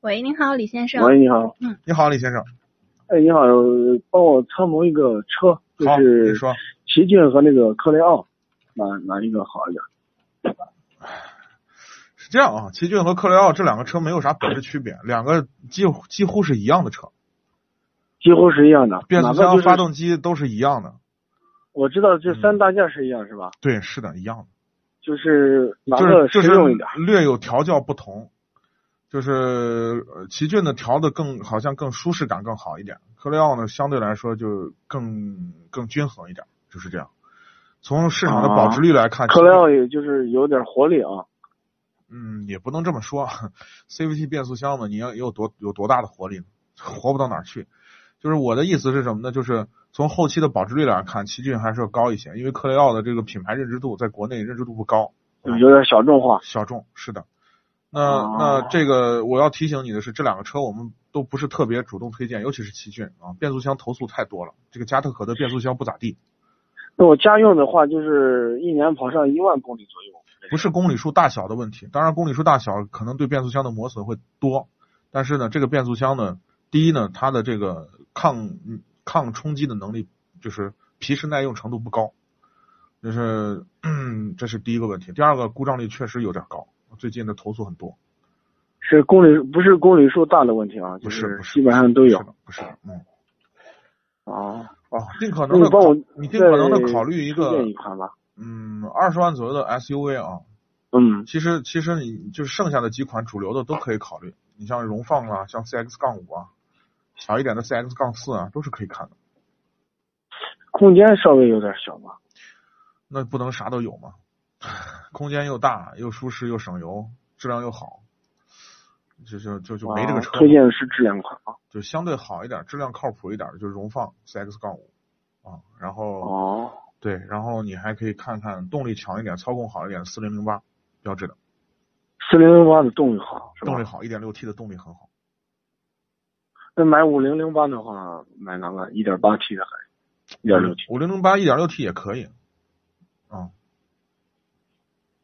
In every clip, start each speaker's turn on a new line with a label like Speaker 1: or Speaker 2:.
Speaker 1: 喂，您好，李先生。
Speaker 2: 喂，你好。
Speaker 1: 嗯，
Speaker 3: 你好，李先生。
Speaker 2: 哎，你好，帮我参谋一个车，就
Speaker 3: 好，你
Speaker 2: 是
Speaker 3: 说
Speaker 2: 奇骏和那个科雷傲，哪哪一个好一点？
Speaker 3: 是这样啊？奇骏和克雷奥这两个车没有啥本质区别，两个几乎几乎是一样的车，
Speaker 2: 几乎是一样的，
Speaker 3: 变
Speaker 2: 哪
Speaker 3: 速
Speaker 2: 个就是
Speaker 3: 箱、发动机嗯都是一样的。
Speaker 2: 我知道这三大件是一样是吧？
Speaker 3: 对，是的，一样
Speaker 2: 就是
Speaker 3: 的，
Speaker 2: 哪
Speaker 3: 就
Speaker 2: 个
Speaker 3: 是嗯
Speaker 2: 实
Speaker 3: 就
Speaker 2: 用一点？
Speaker 3: 是略有调教不同，就是呃奇骏的调的更好像更舒适感更好一点，克雷奥呢相对来说就更更均衡一点，就是这样。从市
Speaker 2: 啊
Speaker 3: 场的保值率来看，
Speaker 2: 科雷傲也就是有点活力啊。
Speaker 3: 嗯，也不能这么说 ，CVT 变速箱嘛，你要有多有多大的活力呢，活不到哪儿去。就是我的意思是什么呢？就是从后期的保值率来看，奇骏还是要高一些，因为克雷奥的这个品牌认知度在国内认知度不高，
Speaker 2: 就有点小众化，
Speaker 3: 小众是的。那
Speaker 2: 哦
Speaker 3: 那这个我要提醒你的是，这两个车我们都不是特别主动推荐，尤其是奇骏啊，变速箱投诉太多了。这个加特可的变速箱不咋地，
Speaker 2: 那我家用的话，就是一年跑上一万公里左右。
Speaker 3: 不是公里数大小的问题，当然公里数大小可能对变速箱的磨损会多，但是呢，这个变速箱呢，第一呢，它的这个抗抗冲击的能力就是皮实耐用程度不高，这是 这是第一个问题。第二个故障率确实有点高，最近的投诉很多，
Speaker 2: 是公里不是公里数大的问题啊，就
Speaker 3: 不是不是，
Speaker 2: 基本上都有
Speaker 3: 是的不是的嗯
Speaker 2: 啊。
Speaker 3: 哦，尽可
Speaker 2: 那
Speaker 3: 能的
Speaker 2: 你帮我再，
Speaker 3: 你尽可能的考虑一
Speaker 2: 推
Speaker 3: 个
Speaker 2: 荐一款吧。
Speaker 3: 嗯二十万左右的 SUV 啊，
Speaker 2: 嗯，
Speaker 3: 其实其实你就是剩下的几款主流的都可以考虑，你像荣放啊，像 CX 杠五啊，小一点的 CX 杠四啊，都是可以看的。
Speaker 2: 空间稍微有点小吧。
Speaker 3: 那不能啥都有嘛，空间又大又舒适又省油，质量又好，就就就就没这个车
Speaker 2: 啊
Speaker 3: 嘛、
Speaker 2: 推荐的是质量款啊。
Speaker 3: 就相对好一点，质量靠谱一点，就是荣放 CX 杠五啊，然后、
Speaker 2: 哦，
Speaker 3: 对，然后你还可以看看动力强一点、操控好一点的四零零八标致的，
Speaker 2: 四零零八的动力好，是吧
Speaker 3: 动力。好，一点六 T 的动力很好。
Speaker 2: 那买五零零八的话，买哪个？一点八 T 的还是？一点六 T？
Speaker 3: 五零零八一点六 T 也可以，嗯，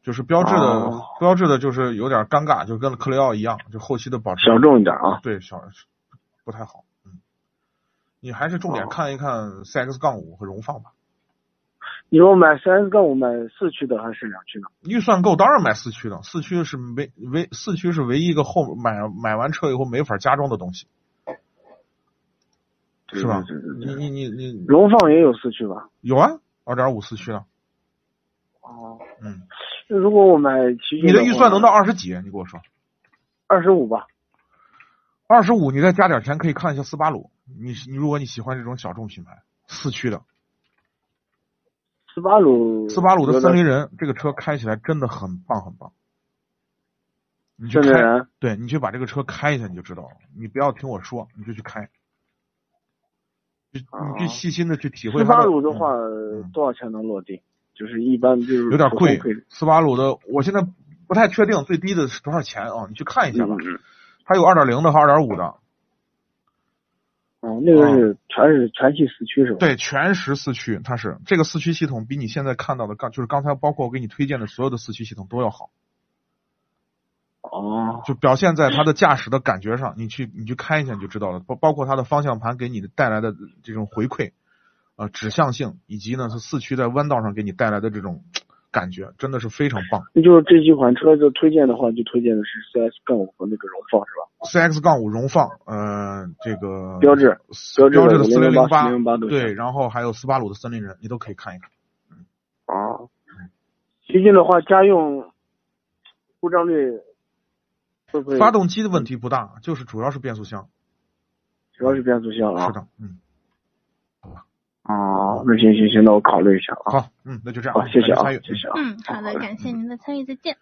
Speaker 3: 就是标志的、
Speaker 2: 哦
Speaker 3: 标志的，就是有点尴尬，就跟克雷奥一样，就后期的保持
Speaker 2: 小众一点啊。
Speaker 3: 对小不太好，嗯，你还是重点
Speaker 2: 哦
Speaker 3: 看一看 CX 杠五和荣放吧。
Speaker 2: 你说买 CS 杠五买四驱的还是两驱的？
Speaker 3: 预算够，当然买四驱的，四驱是唯唯四驱是唯一一个后买买完车以后没法加装的东西，
Speaker 2: 对
Speaker 3: 是吧？
Speaker 2: 对对
Speaker 3: 你
Speaker 2: 对对。
Speaker 3: 你你你
Speaker 2: 荣放也有四驱吧？
Speaker 3: 有啊，二点五四驱的，
Speaker 2: 哦，
Speaker 3: 嗯，
Speaker 2: 那如果我买奇骏，
Speaker 3: 你的预算能到二十几？你跟我说。
Speaker 2: 二十五吧？
Speaker 3: 二十五，你再加点钱可以看一下斯巴鲁。你你如果你喜欢这种小众品牌，四驱的
Speaker 2: 斯巴鲁，
Speaker 3: 斯巴鲁的森林
Speaker 2: 人，
Speaker 3: 人这个车开起来真的很棒很棒。你去
Speaker 2: 森林
Speaker 3: 开，
Speaker 2: 人，
Speaker 3: 对你去把这个车开一下你就知道了。你不要听我说，你就去开，就你去
Speaker 2: 哦
Speaker 3: 细心的去体会
Speaker 2: 斯
Speaker 3: 它。
Speaker 2: 巴鲁的话
Speaker 3: 嗯
Speaker 2: 多少钱能落地？就是一般就是
Speaker 3: 有点贵
Speaker 2: 普通配置，
Speaker 3: 斯巴鲁的我现在不太确定最低的是多少钱啊？你去看一下吧
Speaker 2: 嗯，嗯
Speaker 3: 它有二点零的和二点五的，
Speaker 2: 哦，那个是全是全系四驱是吧？
Speaker 3: 对，全时四驱，它是这个四驱系统比你现在看到的刚就是刚才包括我给你推荐的所有的四驱系统都要好，
Speaker 2: 哦，
Speaker 3: 就表现在它的驾驶的感觉上，你去你去开一下你就知道了，包包括它的方向盘给你的带来的这种回馈，啊、指向性，以及呢它四驱在弯道上给你带来的这种感觉，真的是非常棒。
Speaker 2: 那就是这几款车就推荐的话，就推荐的是 CS 杠五和那个荣放是吧？
Speaker 3: CX 杠五荣放，呃，这个
Speaker 2: 标致
Speaker 3: 标
Speaker 2: 标致
Speaker 3: 致
Speaker 2: 的
Speaker 3: 的四零零八
Speaker 2: 4008都，行
Speaker 3: 对，然后还有斯巴鲁的森林人，你都可以看一看。
Speaker 2: 啊，奇骏的话，家用故障率会不会？
Speaker 3: 发动机的问题不大，就是主要是变速箱。
Speaker 2: 主要是变速箱啊。
Speaker 3: 是的，嗯。
Speaker 2: 哦，那行行行，那我考虑一下啊。
Speaker 3: 好，嗯，那就这样，
Speaker 2: 好，谢谢
Speaker 3: 感谢
Speaker 2: 啊
Speaker 3: 参与，，
Speaker 2: 谢谢啊。
Speaker 1: 嗯，好的，感谢您的参与，再见。